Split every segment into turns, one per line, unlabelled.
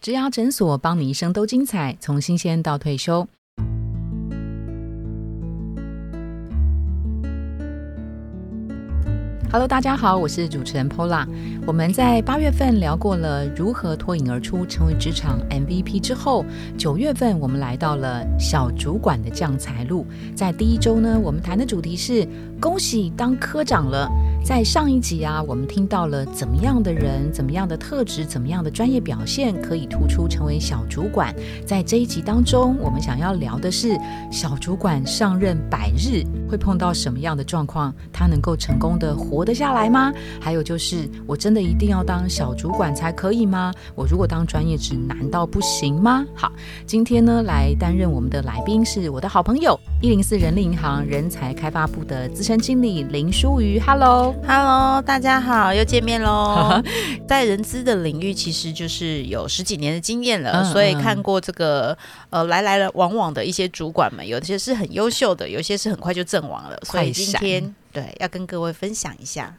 植牙诊所帮你一生都精彩，从新鲜到退休。Hello，大家好，我是主持人 Pola。我们在八月份聊过了如何脱颖而出成为职场 MVP 之后，九月份我们来到了小主管的降财路。在第一周呢，我们谈的主题是恭喜当科长了。在上一集啊，我们听到了怎么样的人、怎么样的特质、怎么样的专业表现可以突出成为小主管。在这一集当中，我们想要聊的是小主管上任百日会碰到什么样的状况，他能够成功的活得下来吗？还有就是，我真的一定要当小主管才可以吗？我如果当专业职，难道不行吗？好，今天呢，来担任我们的来宾是我的好朋友一零四人力银行人才开发部的资深经理林淑瑜。Hello，
Hello，大家好，又见面 喽。在人资的领域，其实就是有十几年的经验了，
嗯
所以
嗯
看过这个呃来来往往的一些主管们，有些是很优秀的，有些是很快就阵亡了。所以
快
今
闪
天对要跟各位分享一下，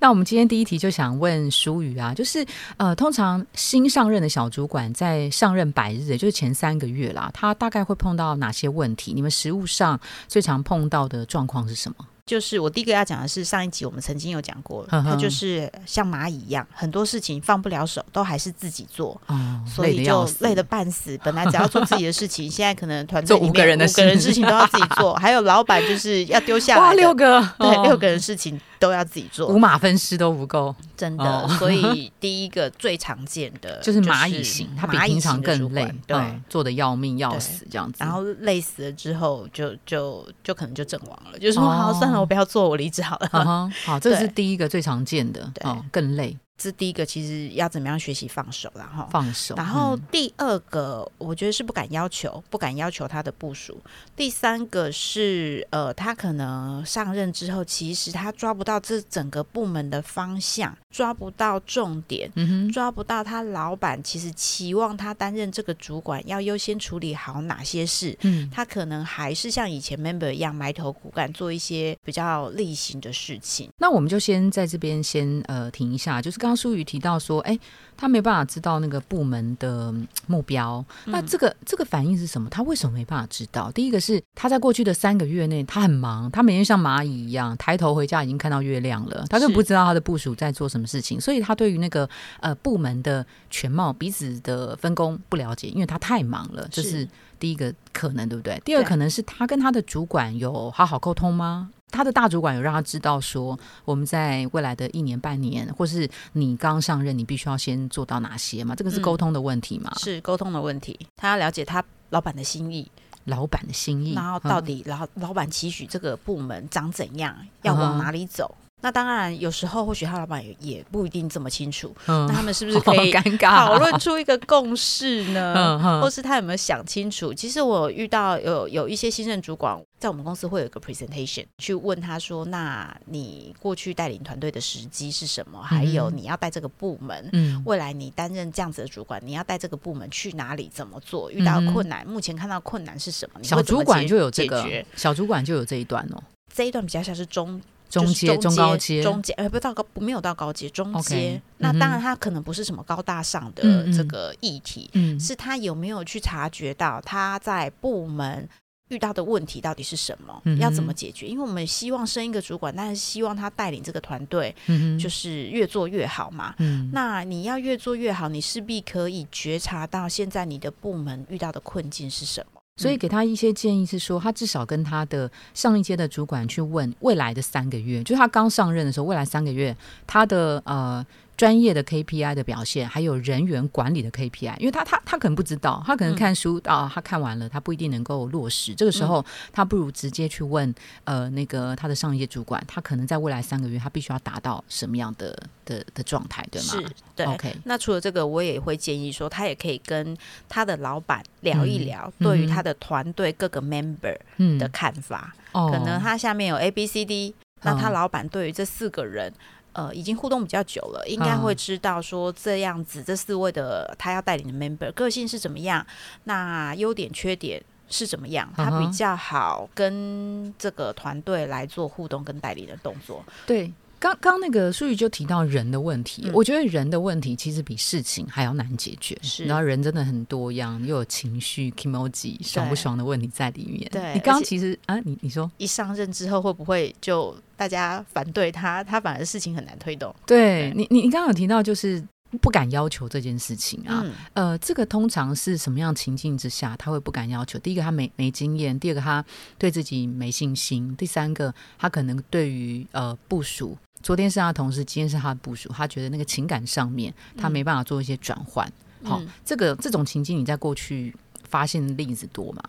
那我们今天第一题就想问淑宇啊，就是呃，通常新上任的小主管在上任百日，也就是前三个月啦，他大概会碰到哪些问题？你们实务上最常碰到的状况是什么？
就是我第一个要讲的是上一集我们曾经有讲过，
嗯哼
他就是像蚂蚁一样，很多事情放不了手，都还是自己做。
哦，
啊所
累
以
得
就
要死
累得半死。本来只要做自己的 事情，现在可能团队
做
里
五个
面
人的
五个人
事
事情都要自己做，还有老板就是要丢下
哇，
来的
六个
对
哦
六个人事情都要自己
五
做，
马分尸都不够，
真
哦
的。所以第一个最常见的
就是蚂蚁型，它比
呃蚂蚁
平常
型的主
更累
管，对。
嗯做的要命要
对
死这样子。
然后累死了之后就，就就可能就阵亡了，就说
哦
好算了，我不要做，我离职 好了。
嗯哼，好，这是
对
第一个最常见的，
对
嗯，更累，
这第一个其实要怎么样学习放手啦，然后
放手。
然后
嗯
第二个，我觉得是不敢要求，不敢要求他的部署。第三个是，呃，他可能上任之后，其实他抓不到这整个部门的方向，抓不到重点，
嗯哼，
抓不到他老板其实期望他担任这个主管要优先处理好哪些事。
嗯，
他可能还是像以前 member 一样埋头苦干，做一些比较例行的事情。
那我们就先在这边先呃停一下，就是刚刚舒瑜提到说，哎，他没办法知道那个部门的嗯目标，那这个这个反应是什么？他为什么没办法知道？第一个是他在过去的三个月内，他很忙，他每天像蚂蚁一样抬头回家已经看到月亮了，他根本
是
不知道他的部署在做什么事情，所以他对于那个呃部门的全貌、彼此的分工不了解，因为他太忙了，这是
是
第一个可能，对不对？第二个
对
可能是他跟他的主管有好好沟通吗？他的大主管有让他知道说，我们在未来的一年半年，或是你刚上任，你必须要先做到哪些嘛？这个是
嗯
沟通的问题嘛？
是沟通的问题，他要了解他老板的心意，
老板的心意，嗯
然后到底老老板期许这个部门长怎样，要往哪里
嗯
走？那当然，有时候或许他老板也也不一定这么清楚，
嗯，嗯，
那他们是不是可以
好尴尬啊
讨论出一个共识呢？
嗯嗯
或是他有没有想清楚？其实我遇到有有一些新任主管，在我们公司会有一个 presentation，去问他说：“那你过去带领团队的时机是什么？还有
嗯哼
你要带这个部门，
嗯
未来你担任这样子的主管，你要带这个部门去哪里，怎么做？遇到
嗯哼
困难，目前看到困难是什么？你
小
会怎么
主管
解
就有这
解
个
决，
小主管就有这一段哦，
这一段比较像是中
中
就是
阶、中高阶，
中阶，呃，不到高，没有到高阶，中
OK，
阶。
嗯
那
哼
当然，他可能不是什么高大上的
嗯嗯
这个议题，
嗯，
是他有没有去察觉到他在部门。遇到的问题到底是什么？
嗯哼
要怎么解决？因为我们希望升一个主管，但是希望他带领这个团队，
嗯哼
就是越做越好嘛。
嗯，
那你要越做越好，你势必可以觉察到现在你的部门遇到的困境是什么。
所以给他一些建议是说，他至少跟他的上一阶的主管去问未来的三个月，就是他刚上任的时候，未来三个月他的呃专业的 KPI 的表现，还有人员管理的 KPI，因为他他他可能不知道，他可能
嗯
看书啊、他看完了，他不一定能够落实。这个时候，他不如直接去问呃那个他的上一阶主管，他可能在未来三个月他必须要达到什么样的的的状态，对吗？
是对。
OK，
那除了这个，我也会建议说，他也可以跟他的老板聊一聊，
嗯嗯
对于
哼
他的团队各个 member
嗯
的看法。
哦
可能他下面有 A、B、C、D，那他
嗯
老板对于这四个人。呃，已经互动比较久了，应该
嗯
会知道说这样子这四位的他要带领的 member 个性是怎么样，那优点缺点是怎么样，
嗯
他
哼
比较好跟这个团队来做互动跟带领的动作。
对，刚刚那个淑宇就提到人的问题，
嗯
我觉得人的问题其实比事情还要难解决。
是
然后人真的很多样，又有情绪、emoji、爽不爽的问题在里面。
对
你刚
而
刚
且
其实啊，你你说
一上任之后会不会就大家反对他，他反而事情很难推动
对
对
你你你刚刚有提到就是不敢要求这件事情啊，
嗯，
呃，这个通常是什么样情境之下他会不敢要求？第一个他没没经验，第二个他对自己没信心，第三个他可能对于呃部署。昨天是他的同事，今天是他的部署，他觉得那个情感上面他没办法做一些转换。好、
嗯
这个这种情境你在过去发现的例子多吗？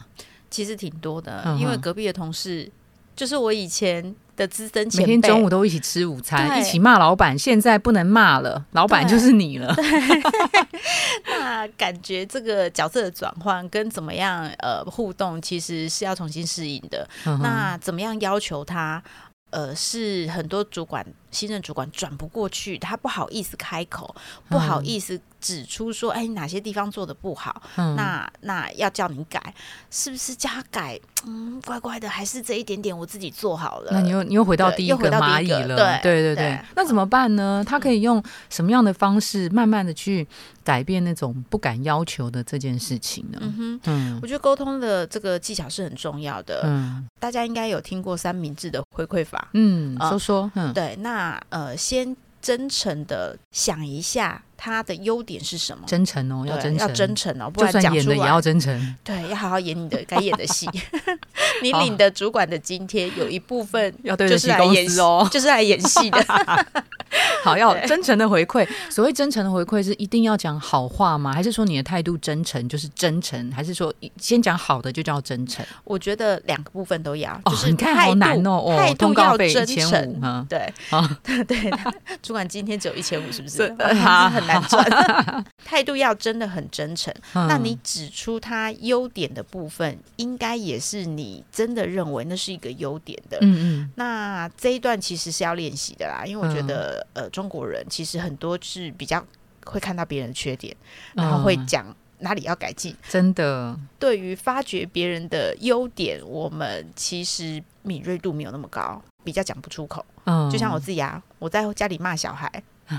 其实挺多的，
嗯哼
因为隔壁的同事就是我以前的资深前
每
辈，
天中午都一起吃午餐，
对
一起骂老板，现在不能骂了，老板
对
就是你了。
那感觉这个角色的转换跟怎么样呃互动，其实是要重新适应的。
嗯哼
那怎么样要求他？呃，是很多主管新任主管转不过去，他不好意思开口，
嗯
不好意思指出说，哎、哪些地方做的不好，
嗯
那那要叫你改，是不是叫他改？嗯，乖乖的，还是这一点点我自己做好了。
那你又你又回到
对
第一
又
个
回到
蚂
第
蚁
一个
了，
对
对对
对
那怎么办呢？他可以用什么样的方式，慢慢的去改变那种不敢要求的这件事情呢？
嗯哼，
嗯
我觉得沟通的这个技巧是很重要的。
嗯
大家应该有听过三明治的回馈法，
嗯，
啊
说说，嗯
对，那呃，先真诚的想一下他的优点是什么，
真诚哦，要
对
真诚，
要真诚哦，不
就
然
算
讲
演
出
的
来
也要真 诚。
对，要好好演 你的该演的戏。 你
好
领的主管的津贴有一部分
要对得
就是
起
来
公
演
司哦，
就是来演戏的。
好，要
对
真诚的回馈。所谓真诚的回馈，是一定要讲好话吗？还是说你的态度真诚就是真诚？还是说一先讲好的就叫真诚？
我觉得两个部分都要，
哦
就，是
你看
态
好
度，
难哦，哦
态，
通
度
告
要
费一
真
千五
诚。
啊，
对，
啊
对，主管今天只有一千五，是不是
是？
哇
啊
很难赚。 态度要真的很真诚，那
嗯
你指出他优点的部分，应该也是你真的认为那是一个优点的。
嗯嗯
那这一段其实是要练习的啦，因为我觉
嗯
得、呃，中国人其实很多是比较会看到别人的缺点，然后会
嗯
讲哪里要改进。
真的，
对于发掘别人的优点，我们其实敏锐度没有那么高，比较讲不出口。
嗯，
就像我自己啊，我在家里骂 小孩，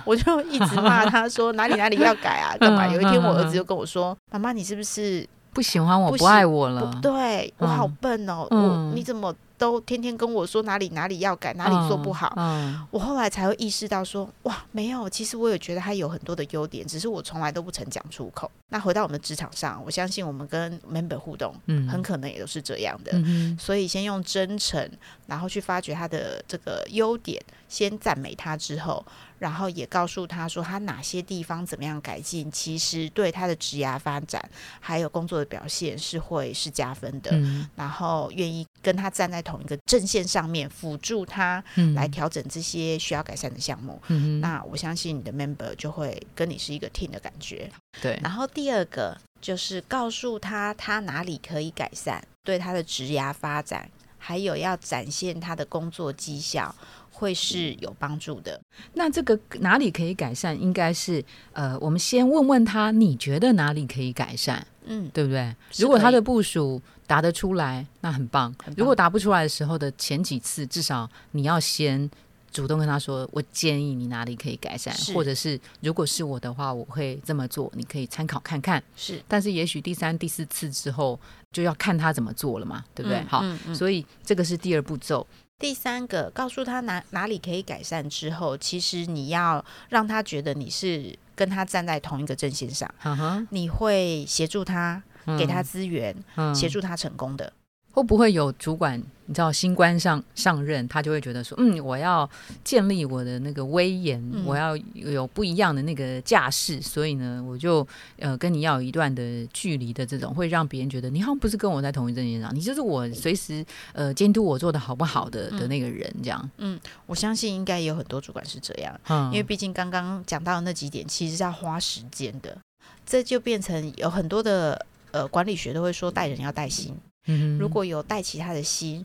我就一直骂他说哪里哪里要改啊，干 嘛？
嗯
有一天我
嗯
儿
嗯
子就跟我说：“妈妈，你是不是
不喜欢我，
不
不
喜
爱我
不
了。
对？我好
嗯
笨哦，
嗯
我你怎么都天天跟我说哪里哪里要改，哪里做不好？”
嗯，
我后来才会意识到说，哇，没有，其实我也觉得他有很多的优点，只是我从来都不曾讲出口。那回到我们的职场上，我相信我们跟 member 互动，
嗯
很可能也都是这样的。
嗯
所以先用真诚，然后去发掘他的这个优点，先赞美他之后，然后也告诉他说他哪些地方怎么样改进，其实对他的职涯发展还有工作的表现是会是加分的。
嗯
然后愿意跟他站在同一个阵线上面，辅助他
嗯
来调整这些需要改善的项目。
嗯哼，
那我相信你的 member 就会跟你是一个 team 的感觉。
对，
然后第二个就是告诉他他哪里可以改善，对他的职涯发展，还有要展现他的工作绩效，会是有帮助的。
那这个哪里可以改善？应该是呃，我们先问问他，你觉得哪里可以改善，
嗯，
对不对？
是
如果
可
他的
以
部署答得出来，那很棒。
很
如果
棒
答不出来的时候的前几次，至少你要先。主动跟他说，我建议你哪里可以改善，
是
或者是如果是我的话，我会这么做，你可以参考看看。
是
但是也许第三、第四次之后，就要看他怎么做了嘛，对不对？
嗯
好，
嗯嗯
所以这个是第二步骤。
第三个，告诉他哪哪里可以改善之后，其实你要让他觉得你是跟他站在同一个阵线上，
哈哈，
你会协助他，给他资源，
嗯
协、助他成功的。
会不会有主管？你知道新官上上任，他就会觉得说，嗯，我要建立我的那个威严，
嗯
我要有不一样的那个架势，所以呢，我就呃跟你要有一段的距离的这种，会让别人觉得你好像不是跟我在同一阵线上，你就是我随时呃监督我做的好不好的的
嗯
那个人，这样。
我相信应该也有很多主管是这样。
嗯
因为毕竟刚刚讲到的那几点，其实是要花时间的，这就变成有很多的呃管理学都会说带人要带心，
嗯哼
如果有带起他的心，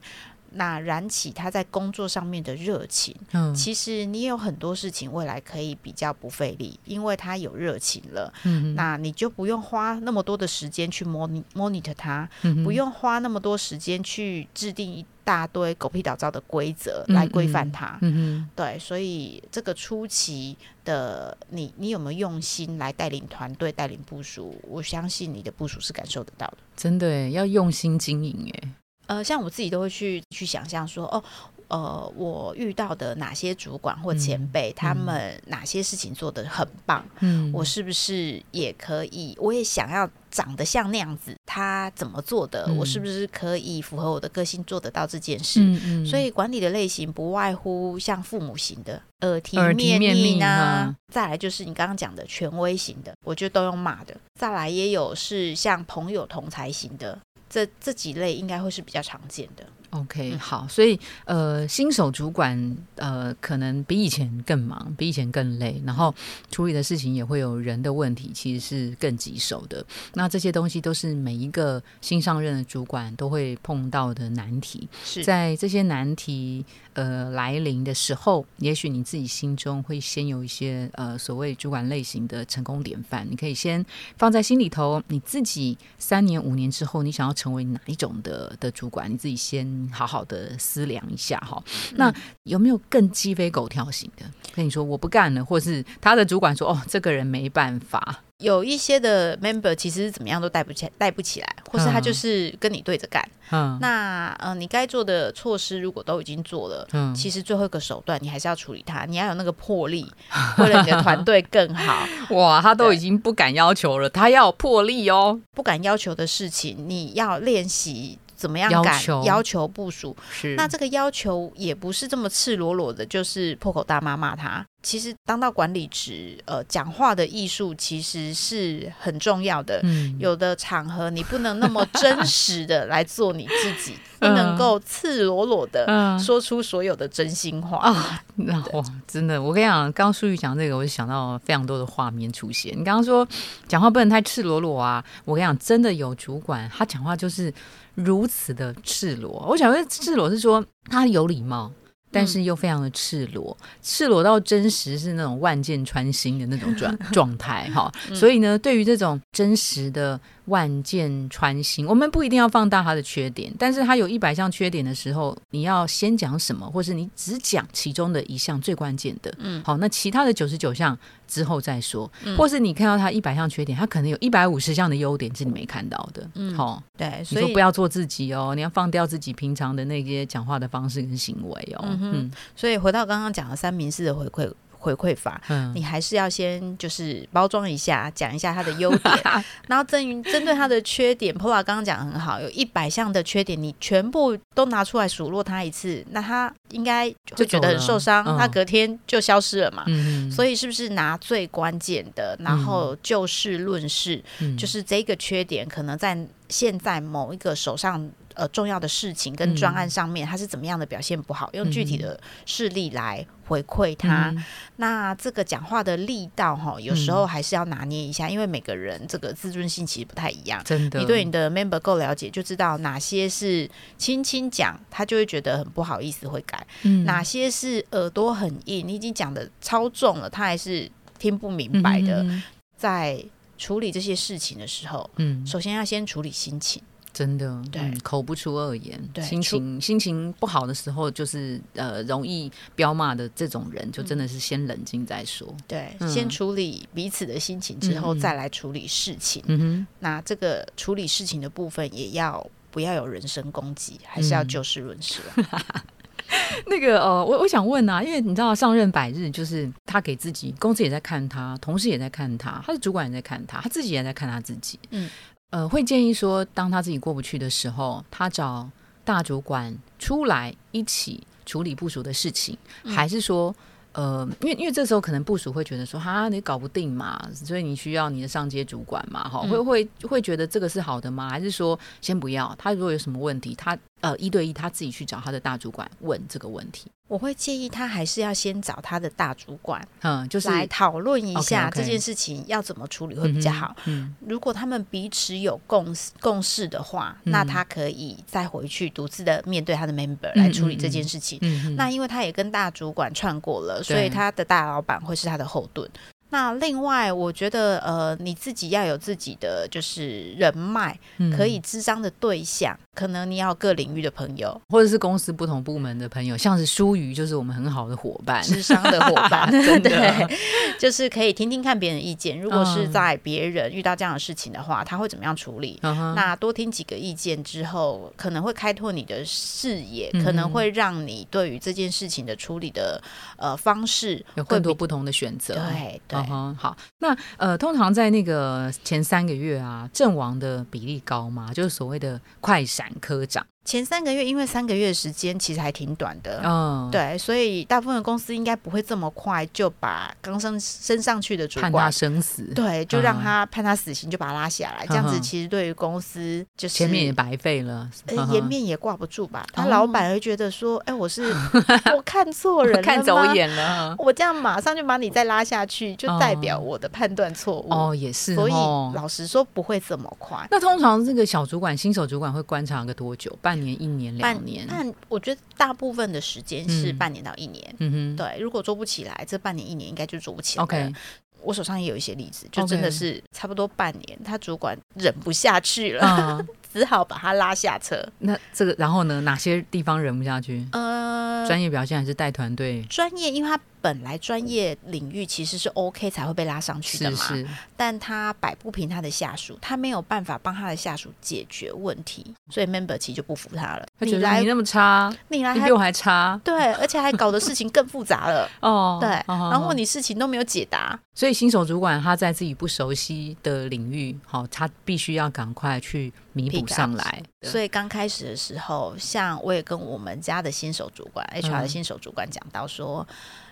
那燃起他在工作上面的热情，
嗯
其实你有很多事情未来可以比较不费力，因为他有热情了，
嗯
那你就不用花那么多的时间去 moni monitor 他，
嗯哼
不用花那么多时间去制定一大堆狗屁倒灶的规则来规范它。
嗯
对，所以这个初期的你，你有没有用心来带领团队、带领部署？我相信你的部署是感受得到的。
哼，真的耶要用心经营哎。
呃，像我自己都会去去想象说，哦，呃，我遇到的哪些主管或前辈，他们哪些事情做得很棒，
嗯
我是不是也可以？我也想要长得像那样子，他怎么做的？我是不是可以符合我的个性做得到这件事？
嗯嗯
所以管理的类型不外乎像父母型的耳提
耳提
面
面
命
命
啊
啊，
再来就是你刚刚讲的权威型的，我觉得都用骂的。再来也有是像朋友同才型的，这这几类应该会是比较常见的。
OK，
嗯
好，所以呃，新手主管呃，可能比以前更忙，比以前更累，然后处理的事情也会有人的问题，其实是更棘手的。那这些东西都是每一个新上任的主管都会碰到的难题。
是
在这些难题呃来临的时候，也许你自己心中会先有一些呃所谓主管类型的成功典范，你可以先放在心里头。你自己三年五年之后，你想要成为哪一种的的主管，你自己先好好的思量一下哈。那有没有更鸡飞狗跳型的？跟你说我不干了，或是他的主管说哦这个人没办法，
有一些的 member 其实怎么样都带不起带不起来，或是他
嗯
就是跟你对着干。
嗯，
那呃，你该做的措施如果都已经做了，
嗯
其实最后一个手段你还是要处理它，你要有那个魄力，为了你的团队更 好。
哇，他都
对
已经不敢要求了，他要有魄力哦，
不敢要求的事情，你要练习怎么样
要
敢
求嗯
要求部署。
是
那这个要求也不是这么赤裸裸的，就是破口大骂骂他。其实当到管理职，呃，讲话的艺术其实是很重要的。
嗯
有的场合你不能那么真实的来做你自 己，不
嗯
能够赤裸裸的
嗯
说出所有的真心话。
啊， 那哇，真的，我跟你讲，刚刚淑玉讲这个，我就想到非常多的画面出现。你刚刚说讲话不能太赤裸裸啊，我跟你讲，真的有主管他讲话就是如此的赤裸。我想说，赤裸是说他有礼貌。但是又非常的赤裸，赤裸到真实是那种万箭穿心的那种状状态哈。所以呢，对于这种真实的万箭穿心，我们不一定要放大它的缺点，但是它有一百项缺点的时候，你要先讲什么，或是你只讲其中的一项最关键的，
嗯
好，那其他的九十九项之后再说，或是你看到它一百项缺点，它可能有一百五十项的优点是你没看到的，
嗯
好，
对，
你
所
说
以
不要做自己哦，你要放掉自己平常的那些讲话的方式跟行为哦，
嗯哼
嗯
所以回到刚刚讲的三明式的回馈回馈法，
嗯，
你还是要先就是包装一下，讲一下它的优 点，然后针于针对它的缺点，Pola 刚刚讲得很好，有一百项的缺点，你全部都拿出来数落他一次，那他应该会觉得很受伤，
就走了嗯
他隔天就消失了嘛。
嗯，
所以是不是拿最关键的，然后就事论事，
以
就是这个缺点可能在现在某一个手上呃重要的事情跟
嗯
专案上面，它是怎么样的表现不好，用具体的事例来回馈
嗯
他。那这个讲话的力道哈，有时
嗯
候还是要拿捏一下，因为每个人这个自尊心其实不太一样。
真的，
你对你的 member 够了解，就知道哪些是轻轻讲，他就会觉得很不好意思会改；
嗯
哪些是耳朵很硬，你已经讲的超重了，他还是听不明白的。，
嗯
在处理这些事情的时候，
嗯，
首先要先处理心情。
真的，
对
嗯口不出恶言，
对
心情心情不好的时候，就是呃容易彪骂的这种人，就真
嗯
的是先冷静再说。
对，
嗯
先处理彼此的心情之后，
嗯嗯
再来处理事情。
嗯
那这个处理事情的部分也要不要有人身攻击，还是要
嗯
就事论事啊、
哼， 那个呃，我我想问啊，因为你知道上任百日，就是他给自己，公司也在看他，同事也在看他，他的主管也在看他，他自己也在看他自己。
嗯，
呃，会建议说，当他自己过不去的时候，他找大主管出来一起处理部署的事情，
嗯
还是说？呃，因为因为这时候可能部署会觉得说，哈，你搞不定嘛，所以你需要你的上阶主管嘛，哈，
嗯
会会会觉得这个是好的吗？还是说先不要？他如果有什么问题，他呃一对一他自己去找他的大主管问这个问题，
我会建议他还是要先找他的大主管
嗯，就是
来讨论一下
OK，OK
这件事情要怎么处理会比较好。
嗯
如果他们彼此有共识共识的话，
嗯嗯
那他可以再回去独自的面对他的 member 来处理这件事情。
嗯，嗯
那因为他也跟大主管串过了，所以
对
他的大老板会是他的后盾。那另外，我觉得呃，你自己要有自己的就是人脉，
嗯
可以支张的对象，可能你要有各领域的朋友，
或者是公司不同部门的朋友，像是舒瑜就是我们很好的伙伴。
智商的伙 伴，
真的
对，就是可以听听看别人的意见。如果是
嗯
在别人遇到这样的事情的话，他会怎么样处理？
嗯哼
那多听几个意见之后，可能会开拓你的视野，
嗯
可能会让你对于这件事情的处理的呃方式
有
会
更
比
多不同的选择。
对对
嗯哼，好，那呃，通常在那个前三个月啊，阵亡的比例高吗？就是所谓的快闪科长，
前三个月，因为三个月的时间其实还挺短的。
嗯，，
对，所以大部分公司应该不会这么快就把刚升升上去的主
判他
管，
生死，
对，就让
嗯
他判他死刑，就把他拉下来。这样子其实对于公司就是
前面也白费了，
呃
嗯哼
颜面也挂不住吧？他
哦
老板会觉得说：“哎、我 是我看错人了，
看走，眼了。嗯
我这样马上就把你再拉下去，就代表我的判断错误。
哦，也是
所以
哦。
老实说，不会这么快。
那通常这个小主管、新手主管会观察个多久？半年、一年、两年？
但我觉得大部分的时间是
嗯
半年到一年。
嗯哼
对，如果做不起来，这半年一年应该就做不起来了。
，OK，
我手上也有一些例子，就真的
OK
是差不多半年，他主管忍不下去了，
嗯，
只好把他拉下车。
那这个然后呢？哪些地方忍不下去？
呃，
专业表现还是带团队？
专业，因为他本来专业领域其实是 OK 才会被拉上去的
是
嘛，
是，
但他摆不平他的下属，他没有办法帮他的下属解决问题，所以 member 其实就不服他了。
他
你
觉得
来，
你那么差，
你来
你
还
比我还差
对，而且还搞得事情更复杂了。
哦。
对，
哦
然后，你事情都没有解答，
所以新手主管他在自己不熟悉的领域，好，他必须要赶快去弥补
Pick up
上来。
所以刚开始的时候，像我也跟我们家的新手主
嗯
管、HR 的新手主管讲到说，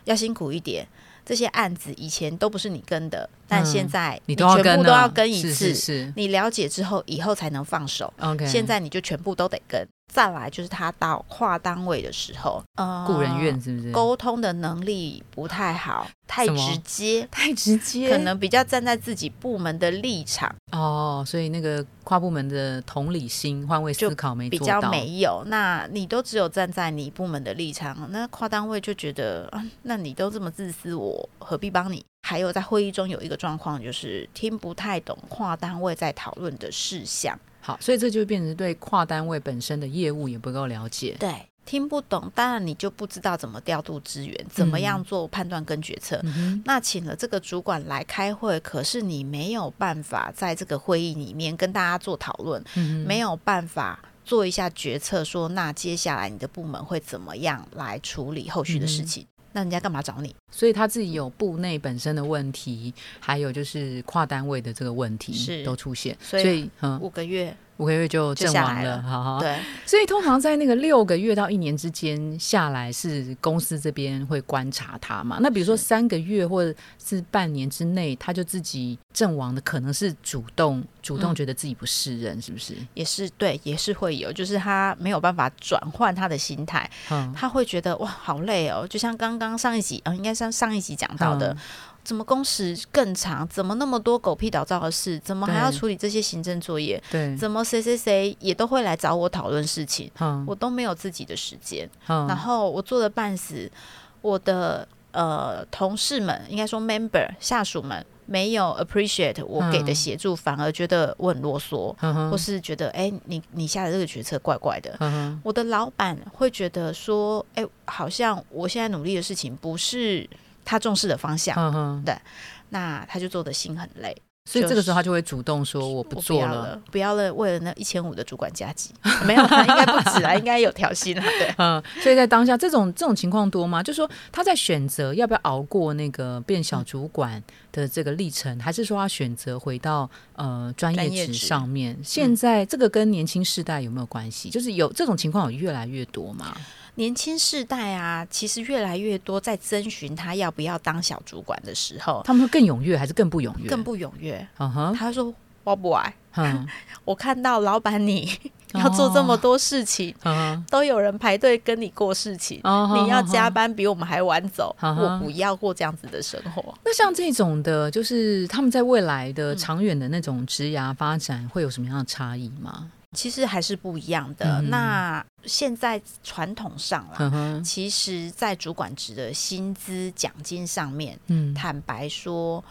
要辛苦一点。这些案子以前都不是你跟的，但
嗯
现在
你都要
全
跟
部
呢，
都要跟一次，
是是是
你了解之后，以后才能放手。
，OK。
现在你就全部都得跟。再来就是他到跨单位的时候，呃，
雇人怨是不是？
沟通的能力不太好，太
什么
直接，
太直接，
可能比较站在自己部门的立场，
哦，所以那个跨部门的同理心、换位思考没
比
做
较
到，
没有。那你都只有站在你部门的立场，那跨单位就觉得，啊、那你都这么自私，我何必帮你？还有在会议中有一个状况，就是听不太懂跨单位在讨论的事项。
好，所以这就变成对跨单位本身的业务也不够了解。
对，听不懂，当然你就不知道怎么调度资源，怎么样做判断跟决策。
嗯哼，
那请了这个主管来开会，可是你没有办法在这个会议里面跟大家做讨论，
嗯哼
没有办法做一下决策说那接下来你的部门会怎么样来处理后续的事情。嗯那人家干嘛找你？
所以他自己有部内本身的问题，还有就是跨单位的这个问题
是
都出现，
所以
嗯，
五个月，
五个月就
就
阵
下
亡
来
了，
了
好好。
对，
所以通常在那个六个月到一年之间下来，是公司这边会观察他嘛？那比如说
是
三个月或者是半年之内，他就自己阵亡的，可能是主动主动
嗯
觉得自己不是人，是不是？
也是对，也是会有，就是他没有办法转换他的心态，
嗯，
他会觉得哇好累哦，就像刚刚上一集，嗯、应该像上一集讲到的，
嗯
怎么工时更长，怎么那么多狗屁倒灶的事，怎么还要
对
处理这些行政作业，
对，
怎么谁谁谁也都会来找我讨论事情，
嗯
我都没有自己的时间，然
嗯，
后我做的半死，我的呃同事们应该说 member 下属们没有 appreciate 我给的
嗯
协助，反而觉得我很啰嗦，
嗯
或
哼，
是觉得哎、你你下的这个决策怪怪的，
嗯哼，
我的老板会觉得说，哎、好像我现在努力的事情不是他重视的方向，
嗯哼，
那他就做的心很累。
所以这个时候
就是
他就会主动说我不
我
做
要
了。
了，不要了，为了那一千五的主管加急， 没有啦，应该不止啦，应该有调薪啦，对。
嗯，所以在当下这种这种情况多吗？就说他在选择要不要熬过那个变小主管的这个历程，还是说他选择回到呃专
专
业
业
职
职嗯
上面？现在这个跟年轻世代有没有关系？就是有这种情况有越来越多吗？
年轻世代啊，其实越来越多在征询他要不要当小主管的时候，
他们会更踊跃还是更不踊跃？
哦更，不踊跃，
嗯哼，
他说我不爱，
嗯
我看到老板你
哦
要做这么多事情，
嗯，
都有人排队跟你过事情，
哦
你要加。
哦哦哦
班比我们还晚走，
嗯
我
哼
不要过这样子的生活。
那像这种的，就是他们在未来
嗯
的长远的那种职涯发展，会有什么样的差异吗？
其实还是不一样的。
嗯
那现在传统上啦，
嗯哼，
其实，在主管职的薪资奖金上面，
嗯，
坦白说，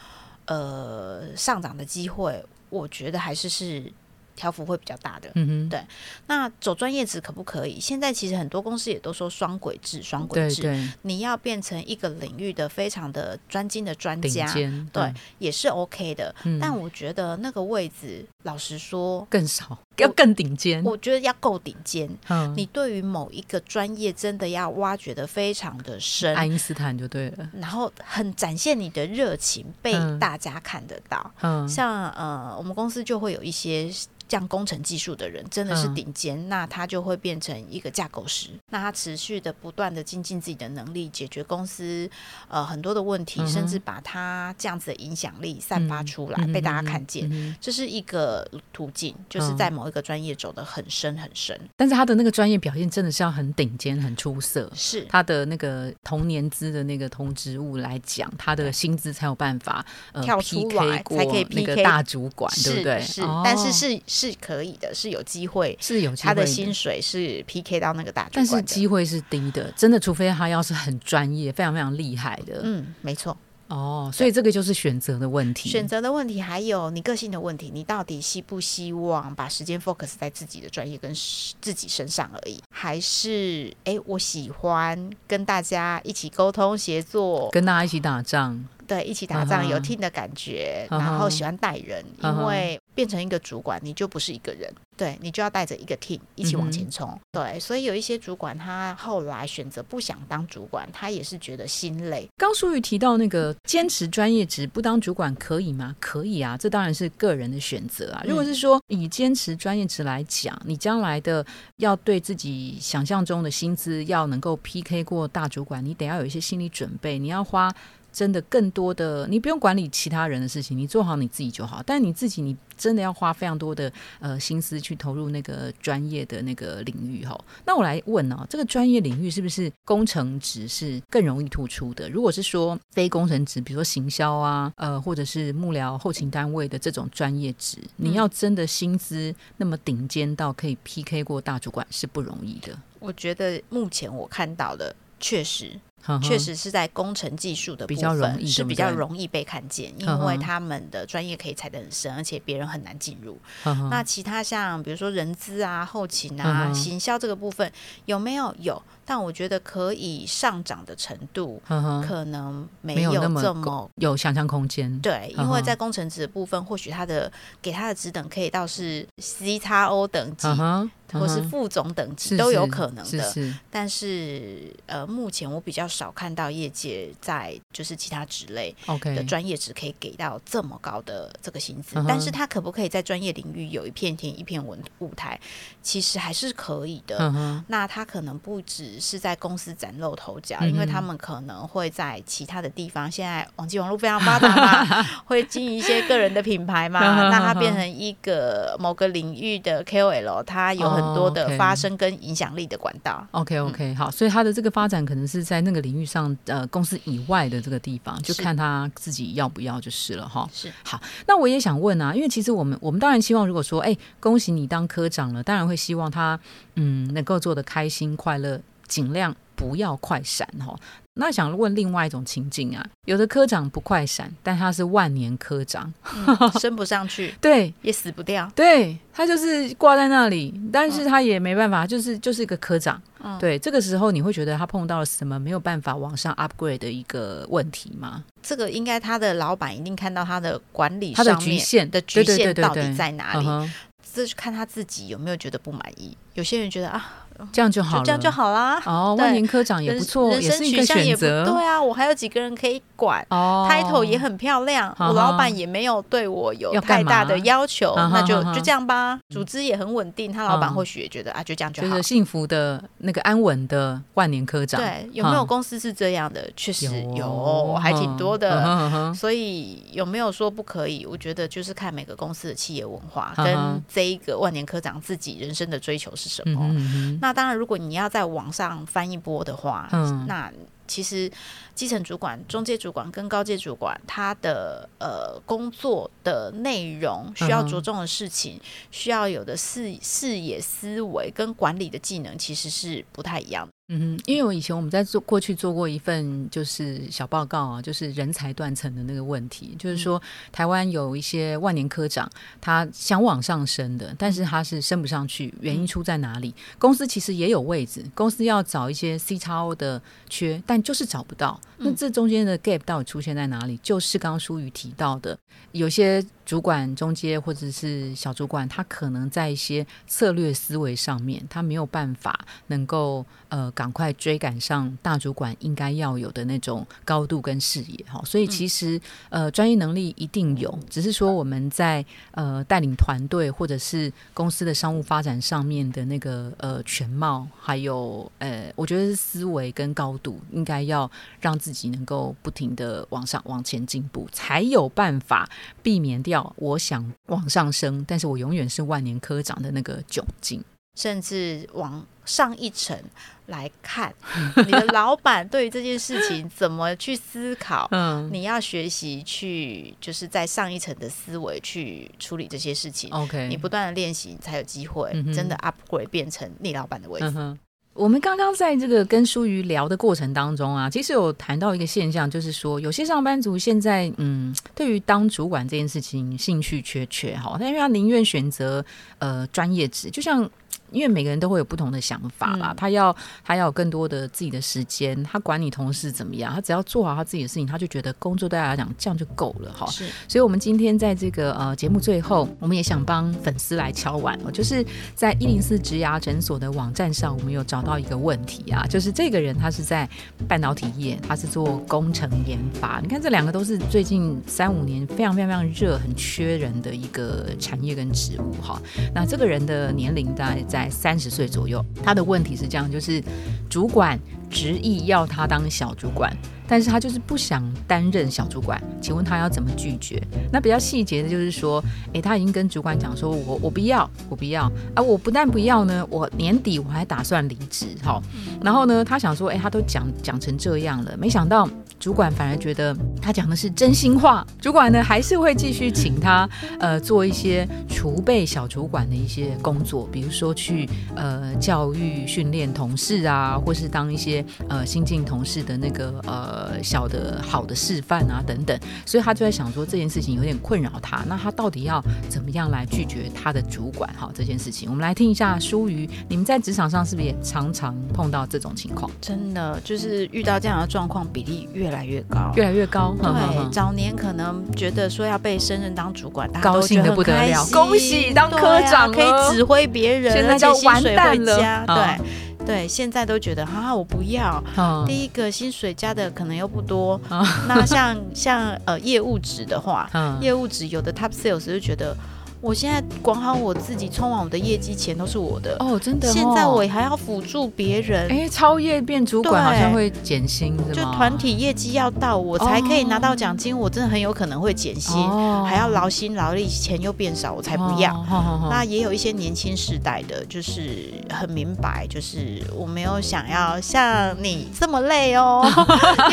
呃，上涨的机会，我觉得还是是条幅会比较大的。
嗯哼，
对那走专业职可不可以？现在其实很多公司也都说双轨制，双轨
对
制，
对，
你要变成一个领域的非常的专精的专
顶
家，
尖，
对，也是 OK 的。
嗯
但我觉得那个位置，老实说，
更少，要更顶尖，
我觉得要够顶尖。
嗯，
你对于某一个专业真的要挖掘的非常的深，
爱因斯坦就对了，
然后很展现你的热情，被
嗯
大家看得到。
嗯，
像呃，我们公司就会有一些像工程技术的人，真的是
嗯
顶尖，那他就会变成一个架构师，那他持续的不断的精进自己的能力，解决公司呃很多的问题，
嗯哼
甚至把他这样子的影响力散发出来，
嗯
被大
嗯
家看
嗯
见。
嗯
这是一个途径，就是
嗯
在某一个专业走得很深很深。
但是他的那个专业表现真的是要很顶尖、很出色。
是，
他的那个同年资的那个同职务来讲，他的薪资才有办法呃
跳出来
PK 过
才可以
那个
PK
大主管，对
是
不对？
是
哦，
但是是是可以的，是有机会。
是有机
他
会
的薪，水是 PK 到那个大主
但
管
是
的
机会是低的，真的，除非他要是很专业、非常非常厉害的、
嗯，没错。
哦。所以这个就是选择的问题，
选择的问题，还有你个性的问题，你到底希不希望把时间 focus 在自己的专业跟是自己身上而已，还是诶，我喜欢跟大家一起沟通协作，
跟大家一起打仗，
对，一起打仗
嗯哼
有 team 的感觉，
嗯哼
然后喜欢带人，
嗯哼
因为变成一个主管，你就不是一个人，对你就要带着一个 team 一起
嗯
往前冲。对，所以有一些主管他后来选择不想当主管，他也是觉得心累，
刚淑瑜提到那个坚持专业职不当主管可以吗？可以啊，这当然是个人的选择啊。
嗯
如果是说以坚持专业职来讲，你将来的要对自己想象中的薪资要能够 PK 过大主管，你得要有一些心理准备，你要花。真的更多的，你不用管理其他人的事情，你做好你自己就好。但你自己，你真的要花非常多的呃心思去投入那个专业的那个领域吼。那我来问哦，这个专业领域是不是工程职是更容易突出的？如果是说非工程职，比如说行销啊，呃，或者是幕僚、后勤单位的这种专业职，你要真的薪资那么顶尖到可以 PK 过大主管是不容易的。
我觉得目前我看到的确实
呵呵
确，实是在工程技术的
嗯比
部
较容
分
易
是
对不
比较
对
容易被看见，
嗯
因
哼
为他们的专业可以踩得很深，而且别人很难进入。
呵呵
那其他像比如说人资啊、后勤啊、
嗯嗯哼
行销这个部分有没有？有，但我觉得可以上涨的程度
呵呵
可能
嗯没
没
有
有
那么
这
够
么。
有想象空间。
对，
嗯
因为
哼
在工程职的部分，或许他的给他的职等可以到是 C 叉 O 等级，
嗯哼，
或是
嗯哼
副总等级
是
都有
是
可能的。
是是
但是呃，目前我比较少看到业界在就是其他职类
OK
的专业职可以给到这么高的这个薪资，
嗯哼
但是他可不可以在专业领域有一片天一片文舞台，其实还是可以的。
嗯哼，
那他可能不只是在公司崭露头角，
嗯哼
因为他们可能会在其他的地方，现在网际网络非常发达 嘛，会经营一些个人的品牌嘛
嗯哼，
那他
嗯哼
变成一个某个领域的 KOL，他有很多
哦，OK
的发声跟影响力的管道。
OK OK，、好，所以他的这个发展可能是在那个领域上，呃，公司以外的这个地方，就是看他自己要不要就是了哈。
是
好，那我也想问啊，因为其实我们我们当然希望，如果说，哎，恭喜你当科长了，当然会希望他，嗯，能够做得开心快乐，尽量不要快闪哈。那想问另外一种情境啊，有的科长不快闪，但他是万年科长，
嗯 升不上去
对，
也死不掉。
对他就是挂在那里，但是他也没办法，就是就是一个科长。
嗯
对，这个时候你会觉得他碰到了什么没有办法往上 upgrade 的一个问题吗？
这个应该他的老板一定看到他的管理
他的
上
局
面
限
的
对
局
对
限
对对
到底
对
在哪
嗯
里，
哼
这是看他自己有没有觉得不满意。有些人觉得啊，
这样就好
就
了，
这样就好啦，
哦，
对
万年科长也
人
不错，
人
也
生
是一个
取向也
选
不
择。
对啊，我还有几个人可以管。
哦
title 也很漂亮，
啊哈
我老板也没有对我有
要
太
干嘛
大的要求，
啊哈
那就
啊哈嗯
就这样吧。组织也很稳定，他老板或许也觉得啊，就这样就
就
好
是。幸福的那个安稳的万年科长。
对，有没有
嗯
公司是这样的？确实
有
有，还挺多
嗯
的。
哼嗯哼
所以有没有说不可以？我觉得就是看每个公司的企业文化
嗯哼
跟这一个万年科长自己人生的追求是什
嗯
么。
哼嗯哼
那当然，如果你要在网上翻一波的话，
嗯
那其实基层主管、中介主管跟高阶主管，他的呃工作的内容需要
嗯哼
着重的事情，需要有的视视野、思维跟管理的技能，其实是不太一样的。
嗯哼，因为我以前我们在做过去做过一份就是小报告啊，就是人才断层的那个问题，就是说台湾有一些万年科长，他想往上升的，但是他是升不上去，原因出在哪里？公司其实也有位置，公司要找一些 C x O 的缺，但就是找不到。那
嗯
这中间的 gap 到底出现在哪里？就是刚刚淑宇提到的，有些主管、中阶或者是小主管，他可能在一些策略思维上面，他没有办法能够呃赶快追赶上大主管应该要有的那种高度跟视野哈。所以其实、呃专业能力一定有，只是说我们在呃带领团队或者是公司的商务发展上面的那个呃全貌，还有呃我觉得是思维跟高度应该要让自己能够不停的往上往前进步，才有办法避免掉我想往上升，但是我永远是万年科长的那个窘境。
甚至往上一层来看， 你的老板对于这件事情怎么去思考，
嗯
你要学习去，就是在上一层的思维去处理这些事情。
，OK，
你不断的练习，你才有机会
嗯哼
真的 upgrade 变成你老板的位置。
嗯哼，我们刚刚在这个跟舒瑜聊的过程当中啊，其实有谈到一个现象，就是说有些上班族现在嗯，对于当主管这件事情兴趣缺缺哈，但因为他宁愿选择呃专业职，就像。因为每个人都会有不同的想法啦，
嗯
他要他要有更多的自己的时间，他管你同事怎么样，他只要做好他自己的事情，他就觉得工作对他来讲这样就够了哈。
是，
所以，我们今天在这个呃节目最后，我们也想帮粉丝来敲碗哦，就是在一零四植牙诊所的网站上，我们有找到一个问题啊，就是这个人他是在半导体业，他是做工程研发。你看，这两个都是最近三五年非常非常非常热、很缺人的一个产业跟职务哈。那这个人的年龄大概在三十岁左右，他的问题是这样，就是主管执意要他当小主管。但是他就是不想担任小主管，请问他要怎么拒绝？那比较细节的就是说，诶，他已经跟主管讲说，我我不要，我不要啊，我不但不要呢，我年底我还打算离职，哈、然后呢，他想说，诶，他都讲讲成这样了，没想到主管反而觉得他讲的是真心话，主管呢还是会继续请他呃做一些储备小主管的一些工作，比如说去呃教育训练同事啊，或是当一些呃新进同事的那个呃小的好的示范啊等等，所以他就在想说这件事情有点困扰他，那他到底要怎么样来拒绝他的主管哈这件事情？我们来听一下舒瑜，你们在职场上是不是也常常碰到这种情况？
真的就是遇到这样的状况比例越来越高。
越来越高，哼哼
对，
哼
早年可能觉得说要被升任当主管，大家
高
都觉
兴得
很
不得
开
了
心
恭喜当
对
科
啊
长
可
了
以指挥别人，
现在
而且
叫
薪
完
水
蛋
会
了
加
啊
对对，现在都觉得啊，我不要。
嗯
第一个薪水加的可能又不多，
啊
那像像呃业务职的话，
嗯
业务职有的 top sales 就觉得，我现在管好我自己，冲完我的业绩，钱都是我的。
哦，真的、哦，
现在我还要辅助别人，
哎，超越变主管好
对
像会减薪，是
就
吗？嗯
团体业绩要到，我才可以拿到奖金，我真的很有可能会减薪，
哦
还要劳心劳力，钱又变少，我才不要。
哦好好好
那也有一些年轻世代的，就是很明白，就是我没有想要像你这么累 哦，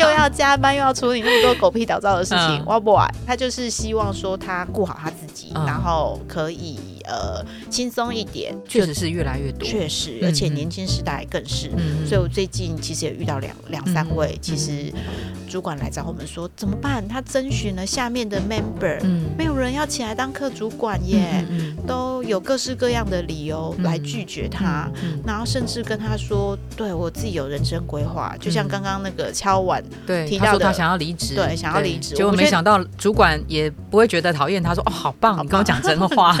又要加班，又要处理那么多狗屁倒灶的事情
嗯，
哇不完。他就是希望说他顾好他自己，
嗯
然后可以呃轻松一点。
确实是越来越多，
确实，
嗯
而且
嗯
年轻世代更是。
嗯，
所以我最近其实也遇到两两
嗯
三位
嗯，
其实主管来找我们说怎么办？他征询了下面的 member，、
嗯
没有人要起来当课主管
嗯
耶。
嗯嗯
都有各式各样的理由
嗯
来拒绝他，
嗯
然后甚至跟他说：“对我自己有人生规划。”就像
嗯
刚刚那个敲碗，
对，
提
他
到
说
的
他想要离职，
对想要离职
结果
我觉
没
得
想到主管也不会觉得讨厌，他说哦，好棒，你跟我讲真 话，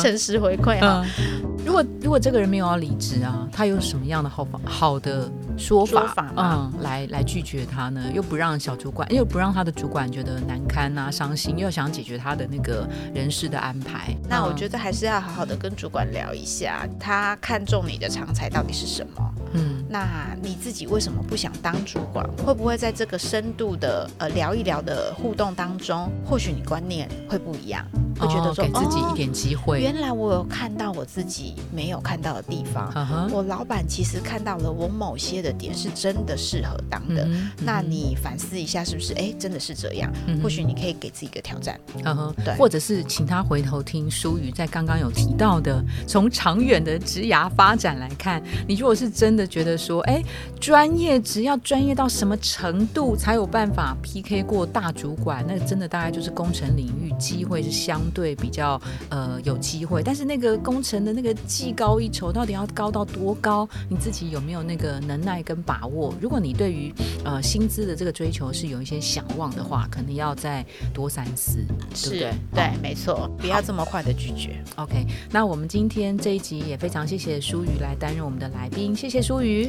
诚实回馈啊，
嗯，如果如果这个人没有要离职啊，他有什么样的好法好的说法
说法吗
嗯，来来拒绝他呢？又不让小主管，又不让他的主管觉得难堪啊、伤心，又想解决他的那个人事的安排。
那我
嗯
觉得还是要好好的跟主管聊一下，他看中你的长才到底是什么。
嗯
那你自己为什么不想当主管？会不会在这个深度的呃聊一聊的互动当中，或许你观念会不一样，会觉得
哦
说、
给自己一
哦
点机会。
原来我有看到我自己没有看到的地方。
嗯哼
我老板其实看到了我某些的点是真的适合当的，
嗯哼嗯
那
哼
你反思一下是不是？哎，真的是这样。
嗯哼
或许你可以给自己一个挑战。
嗯哼，
对
或者是请他回头听舒瑜在刚刚有提到的，从长远的职涯发展来看，你如果是真的觉得说，哎，专业只要专业到什么程度才有办法 PK 过大主管，那真的大概就是工程领域机会是相对比较呃有机会，但是那个工程的那个技高一筹，到底要高到多高，你自己有没有那个能耐跟把握？如果你对于呃薪资的这个追求是有一些想望的话，可能要再多三思。对不对
对，没错，不要这么快的拒绝。
OK，那我们今天这一集也非常谢谢舒瑜来担任我们的来宾，谢谢舒瑜。